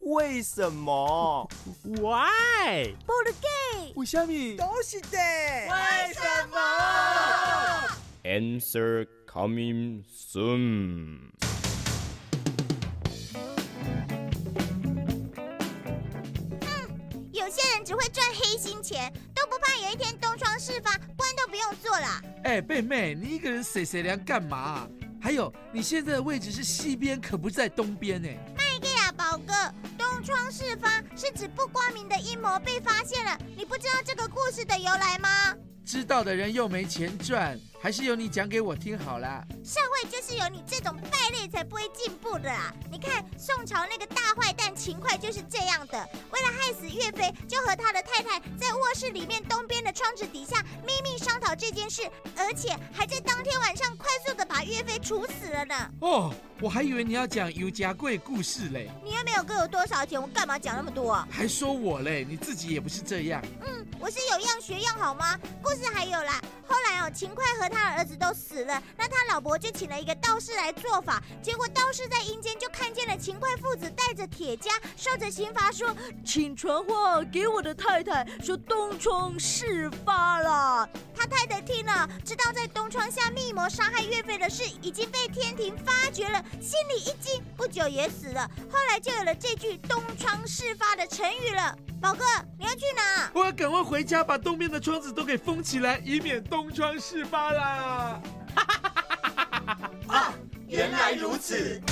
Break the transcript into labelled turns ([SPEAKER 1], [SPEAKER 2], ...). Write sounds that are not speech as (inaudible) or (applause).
[SPEAKER 1] 为什么？
[SPEAKER 2] Why？
[SPEAKER 3] 不如给
[SPEAKER 1] 为什么？
[SPEAKER 4] 都是的。
[SPEAKER 1] 为什么？
[SPEAKER 5] Answer coming soon。
[SPEAKER 3] 有些人只会赚黑心钱，都不怕有一天东窗事发，官都不用做了。
[SPEAKER 6] 哎，贝妹，你一个人谁谁凉干嘛、啊还有，你现在的位置是西边，可不是在东边呢。
[SPEAKER 3] 麦给亚哎宝哥，东窗事发是指不光明的阴谋被发现了。你不知道这个故事的由来吗？
[SPEAKER 6] 知道的人又没钱赚，还是由你讲给我听好啦。
[SPEAKER 3] 社会就是有你这种败类才不会进步的啦！你看宋朝那个大坏蛋秦桧就是这样的，为了害死岳飞，就和他的太太在卧室里面东边的窗子底下秘密商讨这件事，而且还在当天晚上快速的把岳飞处死了呢。
[SPEAKER 6] 哦，我还以为你要讲尤家贵故事嘞，
[SPEAKER 3] 你又没有给我多少钱，我干嘛讲那么多、啊？
[SPEAKER 6] 还说我嘞，你自己也不是这样。
[SPEAKER 3] 我是有样学样好吗？故事还有啦，后来哦，秦桧和他儿子都死了，那他老伯就请了一个道士来做法，结果道士在阴间就看见了秦桧父子带着铁枷，受着刑罚说，
[SPEAKER 7] 请传话给我的太太，说东窗事发了。
[SPEAKER 3] 他太太听了，知道在东窗下密谋杀害岳飞的事已经被天庭发觉了，心里一惊，不久也死了。后来就有了这句“东窗事发”的成语了。宝哥，你要去哪？
[SPEAKER 6] 我要赶快回家，把东边的窗子都给封起来，以免东
[SPEAKER 1] (laughs)
[SPEAKER 6] 窗事发啦。
[SPEAKER 1] 啊原来如此。